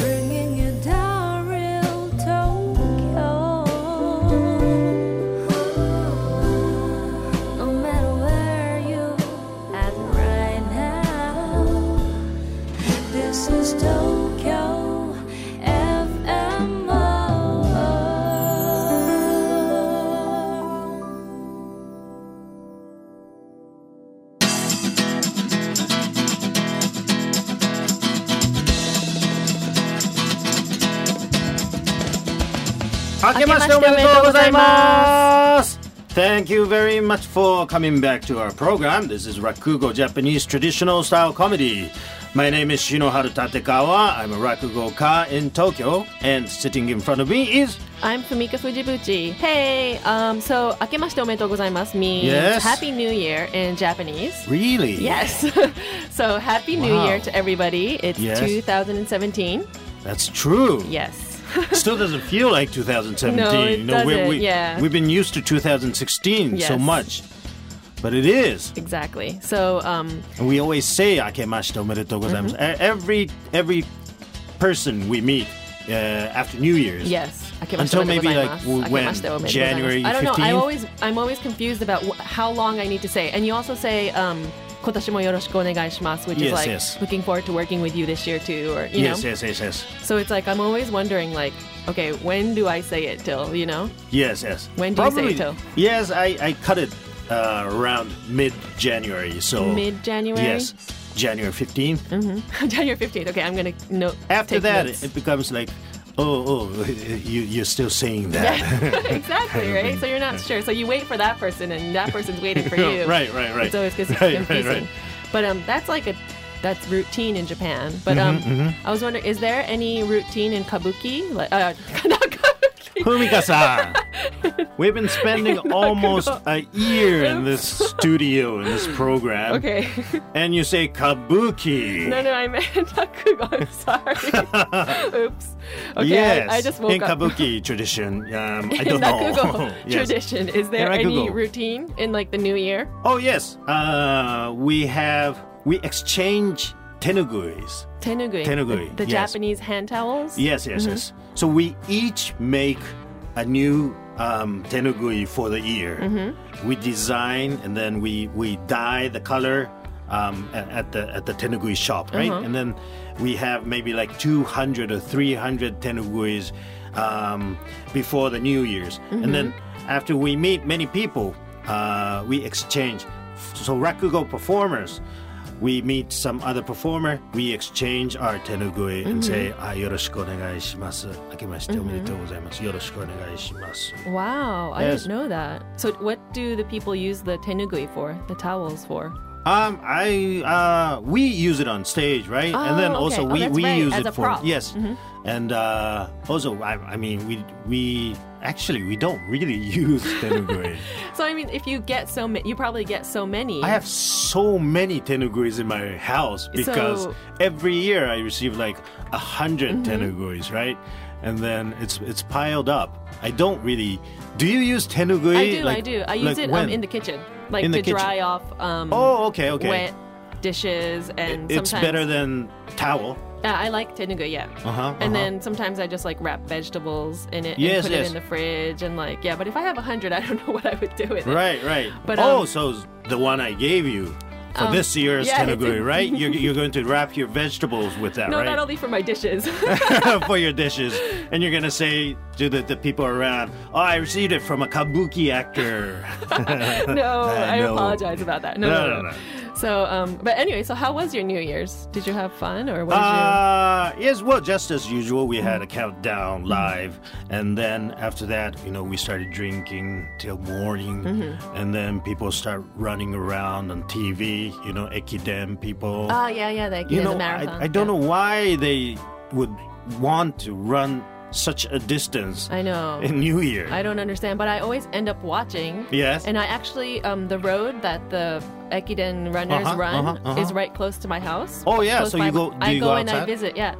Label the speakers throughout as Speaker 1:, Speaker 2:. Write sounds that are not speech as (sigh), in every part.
Speaker 1: Bringing you down real Tokyo. No matter where you at right now. This is Tokyo FMO.
Speaker 2: Thank you very much for coming back to our program. This is Rakugo Japanese traditional style comedy. My name is Shinoharu Tatekawa. I'm a Rakugo ka in Tokyo, and sitting in front of me is
Speaker 3: I'm Fumika Fujibuchi. Hey, um, so 明けましておめでとうございます means
Speaker 2: Yes.
Speaker 3: Happy New Year in Japanese.
Speaker 2: really
Speaker 3: Yes. (laughs) so Happy New
Speaker 2: Wow.
Speaker 3: Year to everybody. It's
Speaker 2: Yes.
Speaker 3: 2017.
Speaker 2: That's true. (laughs)
Speaker 3: Yes.
Speaker 2: Still doesn't feel like 2017.
Speaker 3: (laughs) No, it
Speaker 2: you know, we,
Speaker 3: doesn't,
Speaker 2: we,
Speaker 3: yeah.
Speaker 2: We've been used to 2016 so
Speaker 3: Yes.
Speaker 2: much, but it is.
Speaker 3: exactly. So um,
Speaker 2: And We always say "Akemashite omedetou gozaimasu."
Speaker 3: Mm-hmm.
Speaker 2: E- Every every person we meet uh, after New Year's.
Speaker 3: yes. 明けましてお
Speaker 2: Until
Speaker 3: めで
Speaker 2: maybe
Speaker 3: とうござ
Speaker 2: like w-
Speaker 3: います明け
Speaker 2: when
Speaker 3: ましておめでとうございます
Speaker 2: January
Speaker 3: I don't know. I
Speaker 2: 15th.
Speaker 3: always I'm always confused about wh- how long I need to say. And you also say um, 今年もよろしくお願いします, which
Speaker 2: Yes,
Speaker 3: is like
Speaker 2: yes.
Speaker 3: looking forward to working with you this year too, or you
Speaker 2: Yes,
Speaker 3: know.
Speaker 2: yes, yes, yes,
Speaker 3: So it's like I'm always wondering, like, okay, when do I say it till you know? (laughs)
Speaker 2: yes, yes.
Speaker 3: When do you say
Speaker 2: Probably-
Speaker 3: it till?
Speaker 2: Yes, I, I cut it uh, around mid-January. So
Speaker 3: Mid-January?
Speaker 2: Yes, January 15th.
Speaker 3: January fifteenth. Okay, I'm gonna no.
Speaker 2: After
Speaker 3: take
Speaker 2: that,
Speaker 3: notes.
Speaker 2: it becomes like, oh, (laughs) oh, you you're still saying that.
Speaker 3: (laughs) exactly right. So
Speaker 2: (laughs)
Speaker 3: you're not sure. So you wait for that person, and that person's waiting for you.
Speaker 2: Right, right, right.
Speaker 3: It's always because
Speaker 2: (laughs)
Speaker 3: it's
Speaker 2: Right, right,
Speaker 3: confusing.
Speaker 2: right.
Speaker 3: But um, that's like a that's routine in Japan. But um,
Speaker 2: Mm-hmm,
Speaker 3: I was wondering, is there any routine in kabuki? Like, uh, (laughs) not kabuki.
Speaker 2: Fumika-san,
Speaker 3: (laughs)
Speaker 2: we've been spending almost a year in this studio in this program.
Speaker 3: Okay. (laughs)
Speaker 2: And you say kabuki.
Speaker 3: No, no, I meant (laughs) Takugo. I'm
Speaker 2: (laughs)
Speaker 3: sorry. Oops. Okay,
Speaker 2: yes.
Speaker 3: I, I just woke
Speaker 2: in
Speaker 3: up.
Speaker 2: kabuki (laughs) tradition. Um,
Speaker 3: (laughs)
Speaker 2: I don't
Speaker 3: in Rakugo
Speaker 2: know. (laughs) Yes.
Speaker 3: tradition, is there
Speaker 2: In
Speaker 3: any
Speaker 2: Rakugo.
Speaker 3: routine in like the new year?
Speaker 2: Oh yes. Uh, we have we exchange tenuguis.
Speaker 3: Tenugui.
Speaker 2: Tenugui,
Speaker 3: The, the
Speaker 2: yes.
Speaker 3: Japanese hand towels?
Speaker 2: Yes, yes, yes. So we each make a new um, tenugui for the year. We design and then we we dye the color um, a- at the at the tenugui shop, right? And then we have maybe like 200 or 300 tenuguis um, before the New Year's, and then after we meet many people, uh, we exchange. So rakugo performers we meet some other performer, we exchange our tenugui
Speaker 3: Mm-hmm.
Speaker 2: and say, ah, yoroshiku onegai shimasu. Akemashite omedetou gozaimasu. Yoroshiku onegai shimasu.
Speaker 3: Wow, I
Speaker 2: Yes.
Speaker 3: didn't know that. So, what do the people use the tenugui for, the towels for?
Speaker 2: Um, I, uh, we use it on stage, right? and then
Speaker 3: Oh,
Speaker 2: also
Speaker 3: okay. Oh,
Speaker 2: we,
Speaker 3: that's
Speaker 2: we
Speaker 3: right,
Speaker 2: use
Speaker 3: as
Speaker 2: it
Speaker 3: a
Speaker 2: for,
Speaker 3: prop. Mm-hmm.
Speaker 2: yes. And, uh, also, I, I mean, we, we, actually, we don't really (laughs) use tenugui.
Speaker 3: So, I mean, if you get so many, you probably get so many.
Speaker 2: I have so many tenuguis in my house because
Speaker 3: So-
Speaker 2: every year I receive like a 100
Speaker 3: Mm-hmm.
Speaker 2: tenuguis, right? And then it's it's piled up. I don't really. Do you use tenugui?
Speaker 3: I do, I
Speaker 2: like-
Speaker 3: do. I use
Speaker 2: like
Speaker 3: it
Speaker 2: when?
Speaker 3: um, in the kitchen, like
Speaker 2: In
Speaker 3: to
Speaker 2: the kitchen.
Speaker 3: dry off um,
Speaker 2: Oh, okay, okay.
Speaker 3: wet dishes and
Speaker 2: it's
Speaker 3: sometimes
Speaker 2: better than towel.
Speaker 3: Yeah, Uh, I like tenugui, yeah.
Speaker 2: Uh-huh,
Speaker 3: And
Speaker 2: uh-huh.
Speaker 3: then sometimes I just like wrap vegetables in it
Speaker 2: Yes,
Speaker 3: and put
Speaker 2: yes.
Speaker 3: it in the fridge and like yeah. But if I have a hundred, (laughs) I don't know what I would do with it.
Speaker 2: Right, right.
Speaker 3: But,
Speaker 2: oh,
Speaker 3: um,
Speaker 2: so the one I gave you for
Speaker 3: Um,
Speaker 2: this year's
Speaker 3: yeah, it's
Speaker 2: tenugui,
Speaker 3: in- (laughs)
Speaker 2: right? You're, you're going to wrap your vegetables with that,
Speaker 3: No,
Speaker 2: right?
Speaker 3: not only for my
Speaker 2: (laughs)
Speaker 3: dishes. (laughs)
Speaker 2: for your dishes, and you're gonna say to the, the people around, "Oh, I received it from a kabuki actor."
Speaker 3: (laughs) no, I
Speaker 2: Ah, no.
Speaker 3: apologize about that. No,
Speaker 2: No,
Speaker 3: no,
Speaker 2: no,
Speaker 3: no. So, um, but anyway, so how was your New Year's? Did you have fun or what did
Speaker 2: Uh, yes, well, just as usual, we had a countdown live, and then after that, you know, we started drinking till morning,
Speaker 3: Mm-hmm.
Speaker 2: and then people start running around on TV, you know, ekiden people.
Speaker 3: you? Oh, yeah, yeah, like
Speaker 2: you
Speaker 3: yeah,
Speaker 2: know,
Speaker 3: the marathon.
Speaker 2: I, I don't
Speaker 3: yeah.
Speaker 2: know why they would want to run such a distance
Speaker 3: I know.
Speaker 2: in New Year.
Speaker 3: I don't understand, but I always end up watching.
Speaker 2: Yes.
Speaker 3: And I actually, um, the road that the Ekiden runners
Speaker 2: Uh-huh,
Speaker 3: run
Speaker 2: uh-huh, uh-huh.
Speaker 3: is right close to my house.
Speaker 2: Oh, yeah,
Speaker 3: Close
Speaker 2: so you
Speaker 3: by-
Speaker 2: go- do
Speaker 3: I
Speaker 2: you
Speaker 3: go,
Speaker 2: go
Speaker 3: and I
Speaker 2: outside?
Speaker 3: visit. Yeah.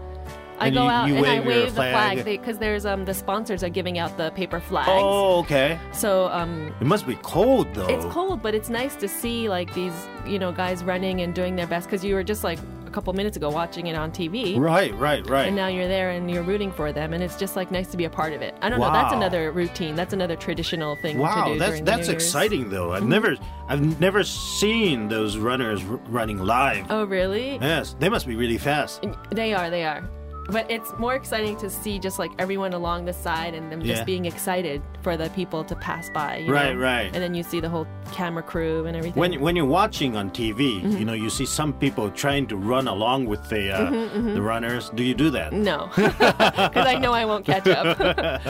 Speaker 3: I
Speaker 2: And
Speaker 3: go
Speaker 2: you-
Speaker 3: out
Speaker 2: you
Speaker 3: and I
Speaker 2: wave your
Speaker 3: wave the
Speaker 2: flag?
Speaker 3: flag because there's um the sponsors are giving out the paper flags.
Speaker 2: oh, okay.
Speaker 3: So um
Speaker 2: It must be cold though.
Speaker 3: it's cold, but it's nice to see like these you know guys running and doing their best because you were just like a couple minutes ago watching it on TV.
Speaker 2: Right, right, right.
Speaker 3: And now you're there and you're rooting for them, and it's just like nice to be a part of it. I don't know. That's
Speaker 2: Wow.
Speaker 3: another routine. That's another traditional thing to
Speaker 2: Wow,
Speaker 3: do.
Speaker 2: that's
Speaker 3: during the Mm-hmm.
Speaker 2: that's
Speaker 3: New Year's.
Speaker 2: exciting though. I've never I've never seen those runners r- running live.
Speaker 3: Oh, really?
Speaker 2: Yes, they must be really fast.
Speaker 3: They are, they are. But it's more exciting to see just like everyone along the side and them
Speaker 2: Yeah.
Speaker 3: just being excited for the people to pass by. you
Speaker 2: Right,
Speaker 3: know?
Speaker 2: right.
Speaker 3: And then you see the whole camera crew and everything.
Speaker 2: When when you're watching on TV,
Speaker 3: Mm-hmm.
Speaker 2: you know you see some people trying to run along with the uh,
Speaker 3: Mm-hmm,
Speaker 2: the runners. Do you do that?
Speaker 3: (laughs) no, (laughs) because I know I won't catch up. (laughs)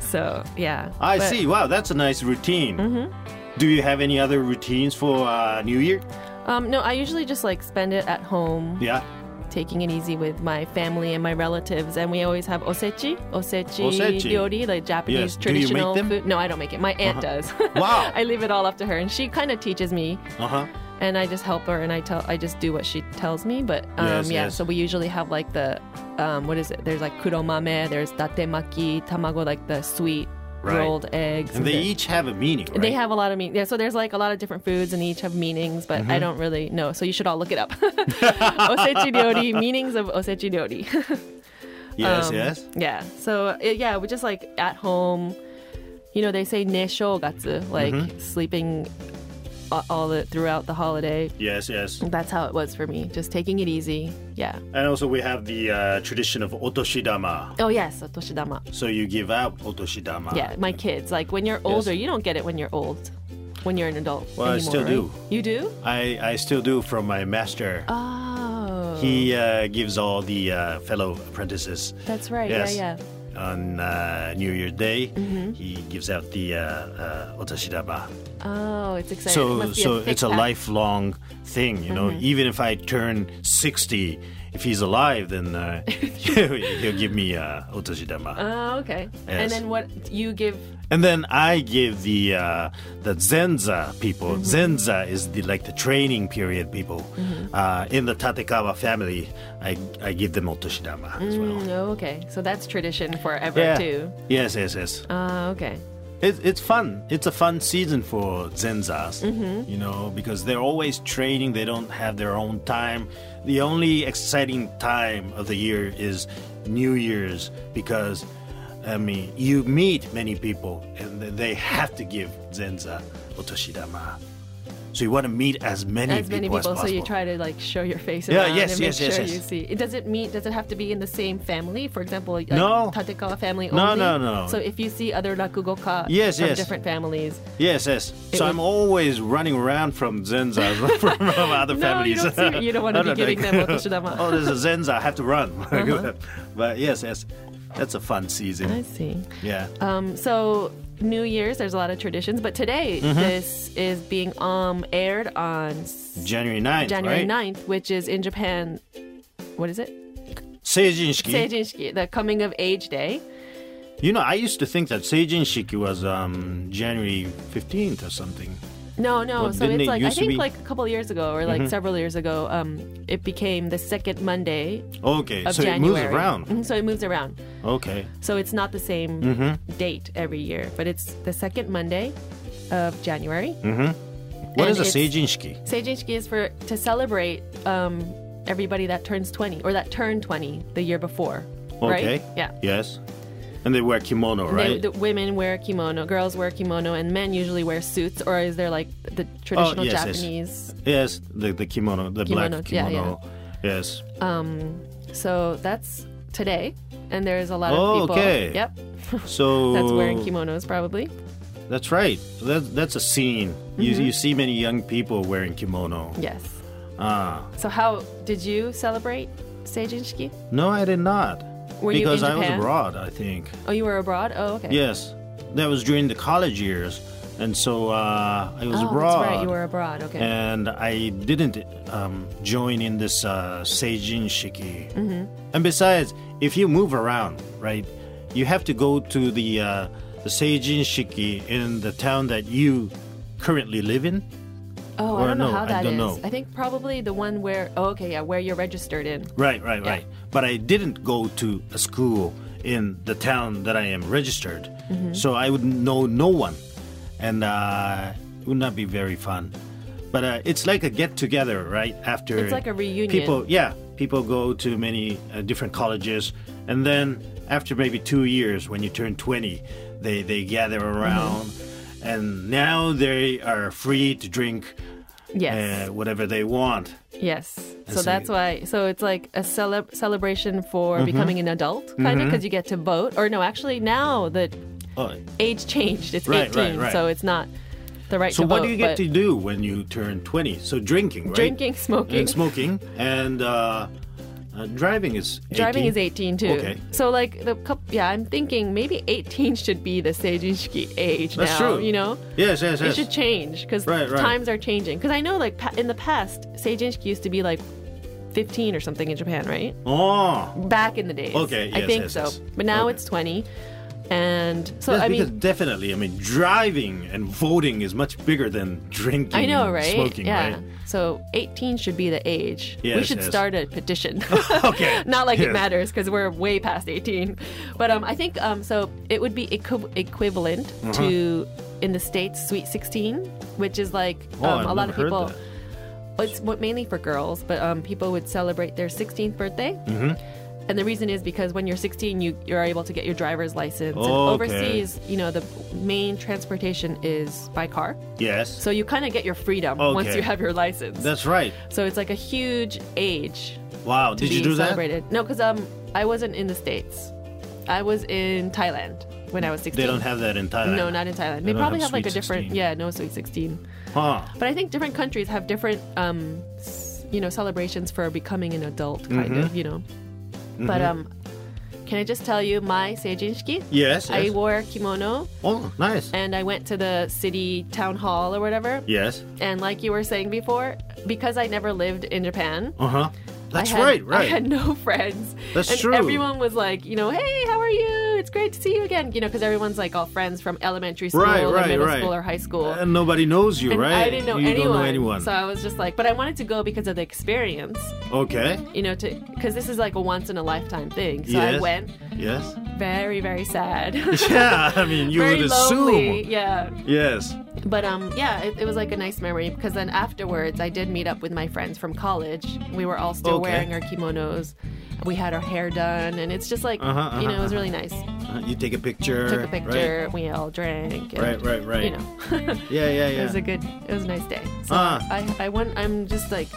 Speaker 3: so yeah,
Speaker 2: I
Speaker 3: But Mm-hmm.
Speaker 2: see. Wow, that's a nice routine. Do you have any other routines for uh, New Year?
Speaker 3: Um, no, I usually just like spend it at home,
Speaker 2: Yeah.
Speaker 3: taking it easy with my family and my relatives, and we always have osechi, osechi,
Speaker 2: Osechi.
Speaker 3: ryori, like Japanese
Speaker 2: Yes. Do you make
Speaker 3: traditional
Speaker 2: them? Uh-huh.
Speaker 3: food. No, I don't make it. My aunt does. (laughs)
Speaker 2: Wow.
Speaker 3: I leave it all up to her, and she kind of teaches me
Speaker 2: Uh huh.
Speaker 3: and I just help her and I tell I just do what she tells me. But um,
Speaker 2: Yes,
Speaker 3: yeah,
Speaker 2: yes.
Speaker 3: so we usually have like the um, what is it? There's like kuromame, there's datemaki, tamago, like the sweet
Speaker 2: Right.
Speaker 3: rolled eggs.
Speaker 2: And they
Speaker 3: the-
Speaker 2: each have a meaning, right?
Speaker 3: They have a lot of mean. Yeah, so there's like a lot of different foods and each have meanings, but
Speaker 2: Mm-hmm.
Speaker 3: I don't really know. So you should all look it
Speaker 2: (laughs)
Speaker 3: up. (laughs) osechi ryori, meanings of osechi ryori. (laughs)
Speaker 2: yes,
Speaker 3: Um,
Speaker 2: yes.
Speaker 3: Yeah. So uh, yeah, we just like at home. You know, they say ne shogatsu, like
Speaker 2: Mm-hmm.
Speaker 3: sleeping a- all the throughout the holiday.
Speaker 2: Yes, yes.
Speaker 3: That's how it was for me. Just taking it easy. Yeah.
Speaker 2: And also we have the uh, tradition of otoshidama.
Speaker 3: Oh yes, a toshidama.
Speaker 2: So you give out otoshidama.
Speaker 3: Yeah, my kids. Like when you're older, you don't get it when you're old. When you're an adult.
Speaker 2: Well, I
Speaker 3: anymore,
Speaker 2: still do.
Speaker 3: right? You do?
Speaker 2: I, I still do from my master.
Speaker 3: Oh.
Speaker 2: He uh, gives all the uh, fellow apprentices
Speaker 3: That's right.
Speaker 2: Yes.
Speaker 3: Yeah, Mm-hmm.
Speaker 2: on uh, New Year's Day. He gives out the uh, uh, otoshidama.
Speaker 3: yeah. Oh, it's exciting. It
Speaker 2: So
Speaker 3: must be
Speaker 2: so
Speaker 3: thick Mm-hmm.
Speaker 2: it's a
Speaker 3: pack.
Speaker 2: lifelong thing, you know. Even if I turn sixty, if he's alive, then uh, (laughs) he'll, he'll give me uh, otoshidama.
Speaker 3: Oh, okay.
Speaker 2: Yes.
Speaker 3: And then what you give
Speaker 2: And then I give the uh, the Zenza people. Zenza is the like the training period people uh, in the Tatekawa family. I, I give them otoshidama as well.
Speaker 3: Oh, okay. So that's tradition forever
Speaker 2: Yeah.
Speaker 3: too.
Speaker 2: Yes, yes, yes.
Speaker 3: Oh, okay.
Speaker 2: It's it's fun. It's a fun season for Zenzas.
Speaker 3: Mm-hmm.
Speaker 2: You know because they're always training. They don't have their own time. The only exciting time of the year is New Year's because. I mean, you meet many people, and th- they have to give Zenza otoshidama. So you want to meet as many
Speaker 3: As
Speaker 2: people as
Speaker 3: many people, so
Speaker 2: possible.
Speaker 3: you try to like show your face
Speaker 2: Yeah,
Speaker 3: around
Speaker 2: yes,
Speaker 3: and
Speaker 2: yes,
Speaker 3: make
Speaker 2: yes,
Speaker 3: sure
Speaker 2: yes.
Speaker 3: you see. It does it mean does it have to be in the same family? For example, like
Speaker 2: No.
Speaker 3: Tatekawa family
Speaker 2: No,
Speaker 3: only.
Speaker 2: no, no.
Speaker 3: So if you see other rakugoka
Speaker 2: Yes,
Speaker 3: from
Speaker 2: yes.
Speaker 3: different families,
Speaker 2: yes, yes. So
Speaker 3: would-
Speaker 2: I'm always running around from Zenzas (laughs) from, from other families.
Speaker 3: (laughs) no, you don't, see, you don't want
Speaker 2: (laughs) I
Speaker 3: to be
Speaker 2: don't
Speaker 3: giving
Speaker 2: think-
Speaker 3: them otoshidama.
Speaker 2: oh, there's a Zenza. I have to run. (laughs)
Speaker 3: Uh-huh.
Speaker 2: but yes, yes, that's a fun
Speaker 3: I
Speaker 2: season.
Speaker 3: see.
Speaker 2: Yeah.
Speaker 3: Um, so New Year's, there's a lot of traditions, but today
Speaker 2: Mm-hmm.
Speaker 3: this is being um aired on s-
Speaker 2: January 9th,
Speaker 3: January
Speaker 2: right?
Speaker 3: 9th, which is in Japan. What is it?
Speaker 2: Seijinshiki.
Speaker 3: Seijinshiki, the coming of age day.
Speaker 2: You know, I used to think that Seijinshiki was um, January 15th or something.
Speaker 3: No, no.
Speaker 2: Well,
Speaker 3: so
Speaker 2: didn't
Speaker 3: it's
Speaker 2: it
Speaker 3: like I
Speaker 2: used to
Speaker 3: think
Speaker 2: be- Mm-hmm.
Speaker 3: like a couple years ago or like several years ago, um, it became the second Monday
Speaker 2: Okay,
Speaker 3: of
Speaker 2: so
Speaker 3: January.
Speaker 2: it moves around.
Speaker 3: Mhm, so it moves around.
Speaker 2: Okay.
Speaker 3: So it's not the same
Speaker 2: Mm-hmm.
Speaker 3: date every year, but it's the second Monday of January.
Speaker 2: Mm-hmm. What is
Speaker 3: And
Speaker 2: a
Speaker 3: it's-
Speaker 2: Seijinshiki?
Speaker 3: Seijinshiki is for to celebrate um, everybody that turns 20 or that turned 20 the year before.
Speaker 2: Okay.
Speaker 3: Right? Yeah.
Speaker 2: Yes. And they wear kimono,
Speaker 3: They,
Speaker 2: right?
Speaker 3: the women wear kimono, girls wear kimono, and men usually wear suits. Or is there like the traditional
Speaker 2: Oh, yes, yes.
Speaker 3: Japanese
Speaker 2: yes, the, the kimono, the black
Speaker 3: Kimono, yeah, Oh,
Speaker 2: kimono. Yes.
Speaker 3: So that's today, and there's a lot
Speaker 2: Oh,
Speaker 3: of people.
Speaker 2: okay.
Speaker 3: Yep,
Speaker 2: So
Speaker 3: that's wearing kimonos probably.
Speaker 2: That's right. That, that's a scene. You,
Speaker 3: Mm-hmm.
Speaker 2: you see many young people wearing kimono.
Speaker 3: Yes.
Speaker 2: Ah,
Speaker 3: So how did you celebrate Seijinshiki?
Speaker 2: no, I did not.
Speaker 3: Were you in
Speaker 2: because I
Speaker 3: Japan?
Speaker 2: was abroad, I think.
Speaker 3: Oh, you were abroad. Oh, okay.
Speaker 2: Yes, that was during the college years, and so uh, I was
Speaker 3: Oh,
Speaker 2: abroad.
Speaker 3: that's right. You were abroad. Okay.
Speaker 2: and I didn't um, join in this uh, Seijin Shiki.
Speaker 3: Mm-hmm.
Speaker 2: And besides, if you move around, right, you have to go to the uh, the Seijin Shiki in the town that you currently live in.
Speaker 3: oh,
Speaker 2: or
Speaker 3: I don't know
Speaker 2: no,
Speaker 3: how
Speaker 2: I
Speaker 3: that is.
Speaker 2: don't know.
Speaker 3: I think probably the one where. Oh, okay. Yeah, where you're registered in.
Speaker 2: Right, right,
Speaker 3: Yeah.
Speaker 2: right. But I didn't go to a school in the town that I am registered,
Speaker 3: Mm-hmm.
Speaker 2: so I would know no one, and uh, it would not be very fun. But uh, it's like a get together, right? After
Speaker 3: It's like a reunion.
Speaker 2: People, yeah, people go to many uh, different colleges, and then after maybe two years, when you turn 20, they, they gather
Speaker 3: Mm-hmm.
Speaker 2: around, and now they are free to drink
Speaker 3: Yes.
Speaker 2: uh, whatever they want.
Speaker 3: yes. So
Speaker 2: so-
Speaker 3: that's why. So it's like a cele- celebration for
Speaker 2: Mm-hmm.
Speaker 3: becoming an adult, kind of, because you get to vote. Or no, actually, now the
Speaker 2: Oh,
Speaker 3: age changed. It's
Speaker 2: Right,
Speaker 3: 18,
Speaker 2: right, right.
Speaker 3: so it's not the right
Speaker 2: so
Speaker 3: to vote.
Speaker 2: what do you get
Speaker 3: but
Speaker 2: to do when you turn 20? So drinking, right?
Speaker 3: Drinking, smoking.
Speaker 2: and smoking, and uh, uh, driving is 18.
Speaker 3: Driving is 18 too.
Speaker 2: Okay.
Speaker 3: So like the cup, yeah, I'm thinking maybe 18 should be the seijinshiki age
Speaker 2: That's
Speaker 3: now.
Speaker 2: true.
Speaker 3: You know,
Speaker 2: Yes, yes,
Speaker 3: it
Speaker 2: yes.
Speaker 3: should change because
Speaker 2: Right, right.
Speaker 3: times are changing. Because I know like pa- in the past, seijinshiki used to be like 15 or something in Japan, right?
Speaker 2: oh,
Speaker 3: Back in the days.
Speaker 2: Okay,
Speaker 3: I
Speaker 2: yes,
Speaker 3: think
Speaker 2: yes,
Speaker 3: so.
Speaker 2: yes.
Speaker 3: But now
Speaker 2: Okay.
Speaker 3: it's 20, and so
Speaker 2: Yes,
Speaker 3: I
Speaker 2: because
Speaker 3: mean.
Speaker 2: definitely, I mean, driving and voting is much bigger than drinking.
Speaker 3: I know,
Speaker 2: and
Speaker 3: right?
Speaker 2: Smoking,
Speaker 3: yeah.
Speaker 2: right?
Speaker 3: So 18 should be the age. we
Speaker 2: Yes,
Speaker 3: should
Speaker 2: yes.
Speaker 3: start a
Speaker 2: (laughs)
Speaker 3: petition.
Speaker 2: Okay.
Speaker 3: (laughs) not like it
Speaker 2: Yes.
Speaker 3: matters because we're way past 18 but um, i think um, so it would be equi- equivalent
Speaker 2: Mm-hmm.
Speaker 3: to in the states sweet 16 which is like
Speaker 2: Oh,
Speaker 3: um,
Speaker 2: I've
Speaker 3: a lot
Speaker 2: never
Speaker 3: of
Speaker 2: heard
Speaker 3: people
Speaker 2: that.
Speaker 3: it's what mainly for girls but um, people would celebrate their 16th birthday
Speaker 2: Mm-hmm.
Speaker 3: and the reason is because when you're 16 you, you're able to get your driver's license and
Speaker 2: Oh, Okay.
Speaker 3: overseas you know the main transportation is by car
Speaker 2: Yes.
Speaker 3: so you kind of get your freedom once
Speaker 2: Okay.
Speaker 3: you have your license
Speaker 2: That's right.
Speaker 3: so it's like a huge age
Speaker 2: Wow.
Speaker 3: to
Speaker 2: Did
Speaker 3: be
Speaker 2: you do that?
Speaker 3: celebrated. No, because um, I wasn't in the states. I was in Thailand when I was sixteen.
Speaker 2: They don't have that in Thailand.
Speaker 3: No, not in Thailand. They,
Speaker 2: don't
Speaker 3: probably
Speaker 2: have
Speaker 3: have, like a
Speaker 2: Sweet 16.
Speaker 3: different. Yeah, no sweet sixteen.
Speaker 2: Huh.
Speaker 3: But I think different countries have different, um, s- you know, celebrations for becoming an adult, kind
Speaker 2: Mm-hmm.
Speaker 3: of, you know. But um, can I just tell you my seijinshiki?
Speaker 2: Yes.
Speaker 3: I
Speaker 2: yes.
Speaker 3: wore kimono
Speaker 2: Oh, nice.
Speaker 3: and I went to the city town hall or whatever.
Speaker 2: Yes.
Speaker 3: And like you were saying before, because I never lived in Japan,
Speaker 2: Uh huh. That's
Speaker 3: I had,
Speaker 2: right.
Speaker 3: I
Speaker 2: Right.
Speaker 3: had no (laughs) friends.
Speaker 2: That's
Speaker 3: and
Speaker 2: true.
Speaker 3: Everyone was like, you know, hey, how are you? It's great to see you again. You know, because everyone's like all friends from elementary school
Speaker 2: Right,
Speaker 3: or
Speaker 2: right,
Speaker 3: middle
Speaker 2: right.
Speaker 3: school or high school.
Speaker 2: and nobody knows you,
Speaker 3: And
Speaker 2: right?
Speaker 3: I didn't know
Speaker 2: you
Speaker 3: anyone.
Speaker 2: don't know anyone.
Speaker 3: So I was just like, but I wanted to go because of the experience,
Speaker 2: okay.
Speaker 3: you know, to because this is like a once in a lifetime thing. (laughs) So I
Speaker 2: Yes.
Speaker 3: went (laughs)
Speaker 2: Yes.
Speaker 3: very, very sad.
Speaker 2: Yeah. I mean, (laughs) you
Speaker 3: (laughs) very
Speaker 2: would
Speaker 3: lonely.
Speaker 2: assume.
Speaker 3: Yeah.
Speaker 2: Yes.
Speaker 3: But um, yeah, it, it was like a nice memory because then afterwards, I did meet up with my friends from college. We were all still
Speaker 2: Okay.
Speaker 3: wearing our kimonos. We had our hair done, and it's just like
Speaker 2: Uh-huh,
Speaker 3: you know, it was
Speaker 2: uh-huh,
Speaker 3: really nice.
Speaker 2: Uh, you take a picture.
Speaker 3: Took a picture. We all drank. And,
Speaker 2: Right. Right. Right. right.
Speaker 3: You know, (laughs)
Speaker 2: Yeah. Yeah. Yeah.
Speaker 3: it was a good. It was a nice day. So
Speaker 2: Ah.
Speaker 3: I, I want. I'm just like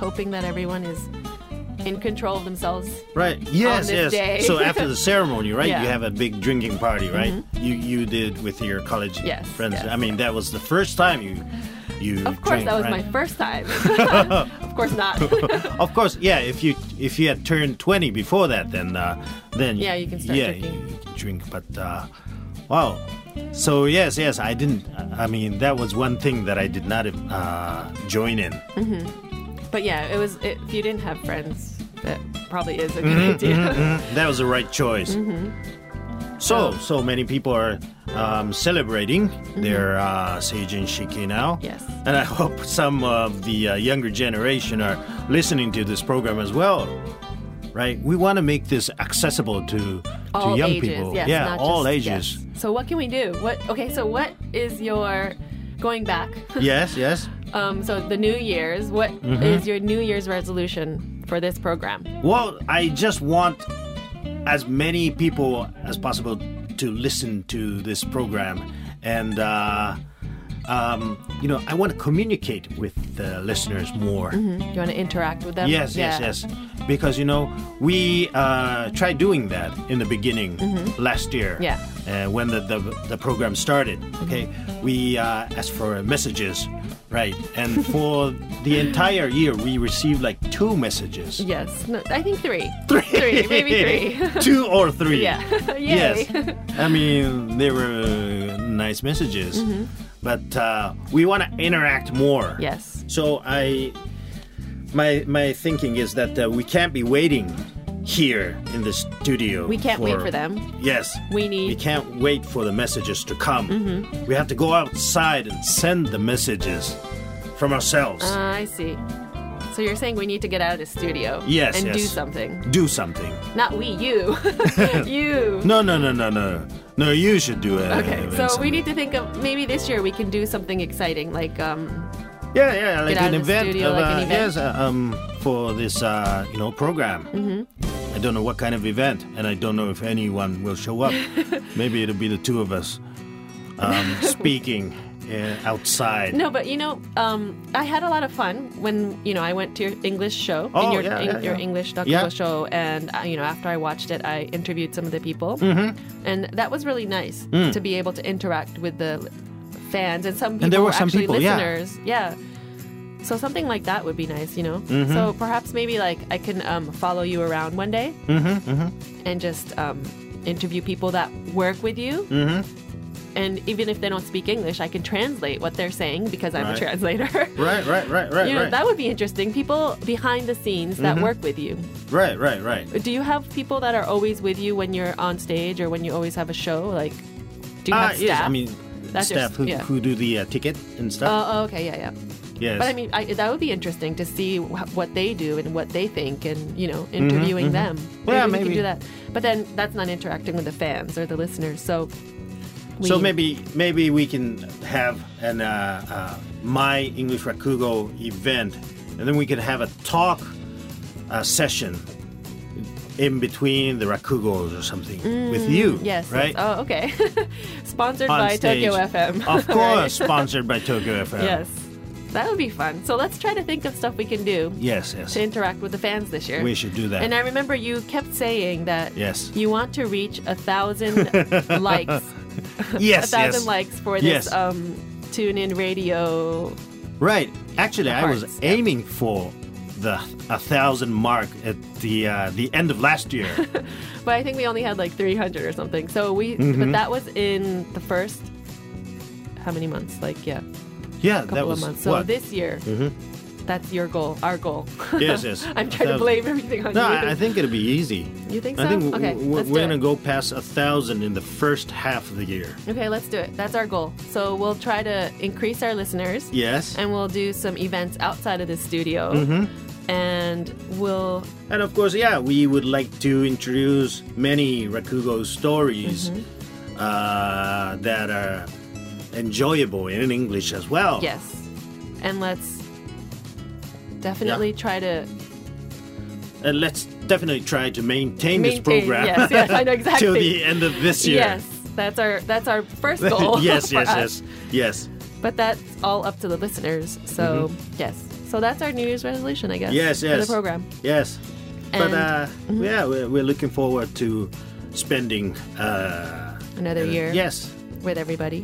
Speaker 3: hoping that everyone is in control of themselves.
Speaker 2: Right. Yes, yes.
Speaker 3: this day.
Speaker 2: So after
Speaker 3: (laughs)
Speaker 2: the ceremony, right?
Speaker 3: Yeah. Mm-hmm.
Speaker 2: You have a big drinking party, right? You you did with your college
Speaker 3: Yes,
Speaker 2: friends.
Speaker 3: yes.
Speaker 2: I mean, that was the first time you you
Speaker 3: Of
Speaker 2: drank,
Speaker 3: course, that was
Speaker 2: right?
Speaker 3: my first
Speaker 2: (laughs)
Speaker 3: time. of course not.
Speaker 2: Of course, yeah, if you if you had turned 20 before that then uh then
Speaker 3: Yeah, you can start
Speaker 2: yeah,
Speaker 3: drinking.
Speaker 2: You, you can drink, but uh wow. So yes, yes, I didn't I mean, that was one thing that I did not uh join in.
Speaker 3: but yeah, it was. It, if you didn't have friends, that probably is a good
Speaker 2: Mm-hmm,
Speaker 3: idea.
Speaker 2: That was the right choice.
Speaker 3: Mm-hmm.
Speaker 2: So, so many people are um, celebrating their uh, Seijin Shiki now.
Speaker 3: Mm-hmm. Yes.
Speaker 2: And I hope some of the uh, younger generation are listening to this program as well. Right? We want to make this accessible to, to young
Speaker 3: ages.
Speaker 2: people.
Speaker 3: Yes,
Speaker 2: yeah,
Speaker 3: not
Speaker 2: all
Speaker 3: just-
Speaker 2: ages.
Speaker 3: yes. So what can we do? What okay? So what is your going back? (laughs)
Speaker 2: Yes, yes.
Speaker 3: um, so the New Year's. What is
Speaker 2: Mm-hmm.
Speaker 3: your New Year's resolution for this program?
Speaker 2: Well, I just want as many people as possible to listen to this program, and uh, um, you know, I want to communicate with the listeners more.
Speaker 3: Do you want to interact with them?
Speaker 2: Yes,
Speaker 3: Mm-hmm. Yeah.
Speaker 2: yes, yes. Because you know, we uh, tried doing that in the beginning last year.
Speaker 3: Mm-hmm. Yeah.
Speaker 2: Uh, when the, the the program started, okay,
Speaker 3: Mm-hmm.
Speaker 2: we uh, asked for messages, right? And for the entire year, we received like two messages.
Speaker 3: Yes. No, I think
Speaker 2: (laughs)
Speaker 3: three. Three. Three. Maybe three. (laughs)
Speaker 2: Two or three.
Speaker 3: Yeah. (laughs) Yay.
Speaker 2: Yes. I mean, they were uh, nice messages,
Speaker 3: Mm-hmm.
Speaker 2: but uh, we want to interact more.
Speaker 3: yes.
Speaker 2: So I, my my thinking is that uh, we can't be waiting here in the studio.
Speaker 3: We can't wait for them.
Speaker 2: Yes.
Speaker 3: We need- Mm-hmm.
Speaker 2: We can't wait for the messages to come. We have to go outside and send the messages from ourselves.
Speaker 3: Uh, I see. So you're saying we need to get out of the studio
Speaker 2: Yes,
Speaker 3: and do
Speaker 2: yes.
Speaker 3: something.
Speaker 2: Do something.
Speaker 3: Not we,
Speaker 2: (laughs)
Speaker 3: you. (laughs) you.
Speaker 2: No, no, no, no, no. No, you should do it.
Speaker 3: Okay, so we need to think of maybe this year we can do something exciting, like um,
Speaker 2: Yeah, yeah, like
Speaker 3: out
Speaker 2: an
Speaker 3: of the
Speaker 2: event.
Speaker 3: studio,
Speaker 2: of,
Speaker 3: like
Speaker 2: uh,
Speaker 3: an event?
Speaker 2: Yes, uh, um, for this, uh, you know, program.
Speaker 3: Mm-hmm.
Speaker 2: I don't know what kind of event, and I don't know if anyone will show
Speaker 3: (laughs)
Speaker 2: up. Maybe it'll be the two of us
Speaker 3: (laughs)
Speaker 2: um, speaking uh, outside.
Speaker 3: No, but you know, um, I had a lot of fun when you know I went to your English show, in
Speaker 2: Oh,
Speaker 3: your,
Speaker 2: yeah,
Speaker 3: in,
Speaker 2: yeah,
Speaker 3: your
Speaker 2: yeah.
Speaker 3: English Dr.
Speaker 2: Yeah.
Speaker 3: Go show, and uh, you know after I watched it, I interviewed some of the people,
Speaker 2: Mm-hmm.
Speaker 3: and that was really nice to be able to interact with the fans and some people
Speaker 2: Mm. there were
Speaker 3: were
Speaker 2: some
Speaker 3: actually
Speaker 2: people, yeah.
Speaker 3: listeners. Yeah. So something like that would be nice, you know.
Speaker 2: Mm-hmm.
Speaker 3: So perhaps maybe like I can um, follow you around one day and just um, interview people that work with you. Mm-hmm. And even if they don't speak English, I can translate what they're saying because I'm
Speaker 2: Right.
Speaker 3: a translator.
Speaker 2: (laughs) Right, right, right, right,
Speaker 3: (laughs) you know,
Speaker 2: right. Mm-hmm.
Speaker 3: that would be interesting. People behind the scenes that work with you.
Speaker 2: right, right, right.
Speaker 3: Do you have people that are always with you when you're on stage or when you always have a show? Like, do you
Speaker 2: Ah,
Speaker 3: have staff?
Speaker 2: yes, I mean,
Speaker 3: That's your
Speaker 2: staff
Speaker 3: s-
Speaker 2: who,
Speaker 3: yeah.
Speaker 2: who do the uh, ticket and stuff.
Speaker 3: Oh, oh, okay, yeah, yeah.
Speaker 2: yes.
Speaker 3: But I mean, I, that would be interesting to see wh- what they do and what they think, and you know, interviewing them.
Speaker 2: Mm-hmm, Yeah,
Speaker 3: we
Speaker 2: maybe.
Speaker 3: can do that. But then that's not interacting with the fans or the listeners. So, we,
Speaker 2: so maybe maybe we can have an uh, uh, my English Rakugo event, and then we can have a talk uh, session in between the Rakugos or something with you.
Speaker 3: Mm, yes,
Speaker 2: right.
Speaker 3: yes. Oh, okay. (laughs) Sponsored
Speaker 2: On
Speaker 3: by
Speaker 2: stage.
Speaker 3: Tokyo FM.
Speaker 2: of
Speaker 3: (laughs) Right.
Speaker 2: course, sponsored by Tokyo FM.
Speaker 3: Yes, that would be fun. So let's try to think of stuff we can do
Speaker 2: Yes. Yes.
Speaker 3: to interact with the fans this year.
Speaker 2: We should do that.
Speaker 3: And I remember you kept saying that
Speaker 2: Yes.
Speaker 3: you want to reach a thousand
Speaker 2: (laughs)
Speaker 3: likes, a
Speaker 2: yes.
Speaker 3: thousand
Speaker 2: yes.
Speaker 3: likes for this
Speaker 2: Yes.
Speaker 3: um, tune in radio
Speaker 2: Right. Actually, I was
Speaker 3: Hearts, yeah.
Speaker 2: aiming for the a thousand mark at the uh, the end of last
Speaker 3: (laughs)
Speaker 2: year.
Speaker 3: But I think we only had like 300 or something. So we,
Speaker 2: Mm-hmm.
Speaker 3: but that was in the first, how many months? Like, yeah,
Speaker 2: Yeah,
Speaker 3: a
Speaker 2: that
Speaker 3: couple
Speaker 2: was
Speaker 3: of months. So
Speaker 2: what? Mm-hmm.
Speaker 3: this year, that's your goal, our goal. (laughs)
Speaker 2: Yes, yes.
Speaker 3: I'm trying to
Speaker 2: Thousand.
Speaker 3: blame everything on
Speaker 2: No,
Speaker 3: you.
Speaker 2: I, I think it'll be easy.
Speaker 3: You think
Speaker 2: I
Speaker 3: so?
Speaker 2: think w-
Speaker 3: Okay,
Speaker 2: w-
Speaker 3: let's do
Speaker 2: we're
Speaker 3: it.
Speaker 2: gonna go past a thousand in the first half of the year.
Speaker 3: okay, let's do it. That's our goal. So we'll try to increase our listeners.
Speaker 2: Yes, and,
Speaker 3: And we'll do some events outside of the studio.
Speaker 2: Mm-hmm.
Speaker 3: And we'll,
Speaker 2: of course, yeah, we would like to introduce many Rakugo stories
Speaker 3: Mm-hmm.
Speaker 2: uh, that are enjoyable in English as well.
Speaker 3: yes. And let's definitely try to
Speaker 2: and let's definitely try to maintain, this
Speaker 3: maintain.
Speaker 2: program
Speaker 3: Yes, yes, I know exactly.
Speaker 2: (laughs) till the end of this year. (laughs)
Speaker 3: Yes, that's our that's our first goal.
Speaker 2: yes,
Speaker 3: (laughs) for
Speaker 2: yes,
Speaker 3: us.
Speaker 2: yes, yes.
Speaker 3: But that's all up to the listeners. So yes, so that's our New Year's resolution, I guess.
Speaker 2: Mm-hmm. Yes,
Speaker 3: For
Speaker 2: yes.
Speaker 3: the program.
Speaker 2: Yes. but
Speaker 3: And- Mm-hmm.
Speaker 2: uh, yeah, we're, we're looking forward to spending uh,
Speaker 3: Another year.
Speaker 2: Yes,
Speaker 3: With everybody.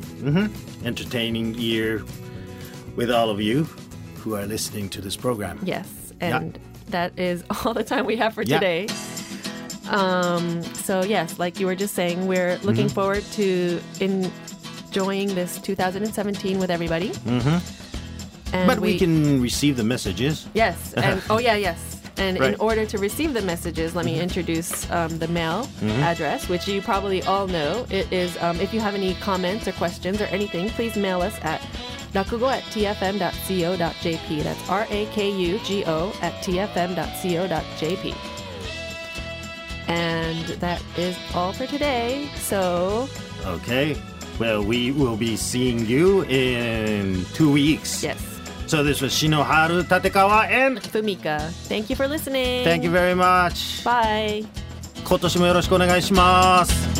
Speaker 2: entertaining year with all of you who are listening to this program.
Speaker 3: Yes,
Speaker 2: Yeah.
Speaker 3: and that is (laughs) all the time we have for
Speaker 2: Yeah.
Speaker 3: today. Um. So yes, like you were just saying, we're looking
Speaker 2: Mm-hmm.
Speaker 3: forward to enjoying this 2017 with everybody. Mm-hmm. And
Speaker 2: But we, can receive the messages.
Speaker 3: (laughs) Yes, and oh yeah, yes. And in
Speaker 2: Right.
Speaker 3: order to receive the messages, let me introduce um, the mail address, which you probably all know. It is um, if you have any comments or questions or anything, please mail us at rakugo at tfm.co.jp. That's R A K U G O at tfm.co.jp. And that is all for today. So,
Speaker 2: Okay. Well, we will be seeing you in two weeks.
Speaker 3: yes,
Speaker 2: So this was Shinoharu Tatekawa, and
Speaker 3: Fumika, thank you for listening.
Speaker 2: thank you very much.
Speaker 3: Bye.
Speaker 2: 今年もよろしくお願いします。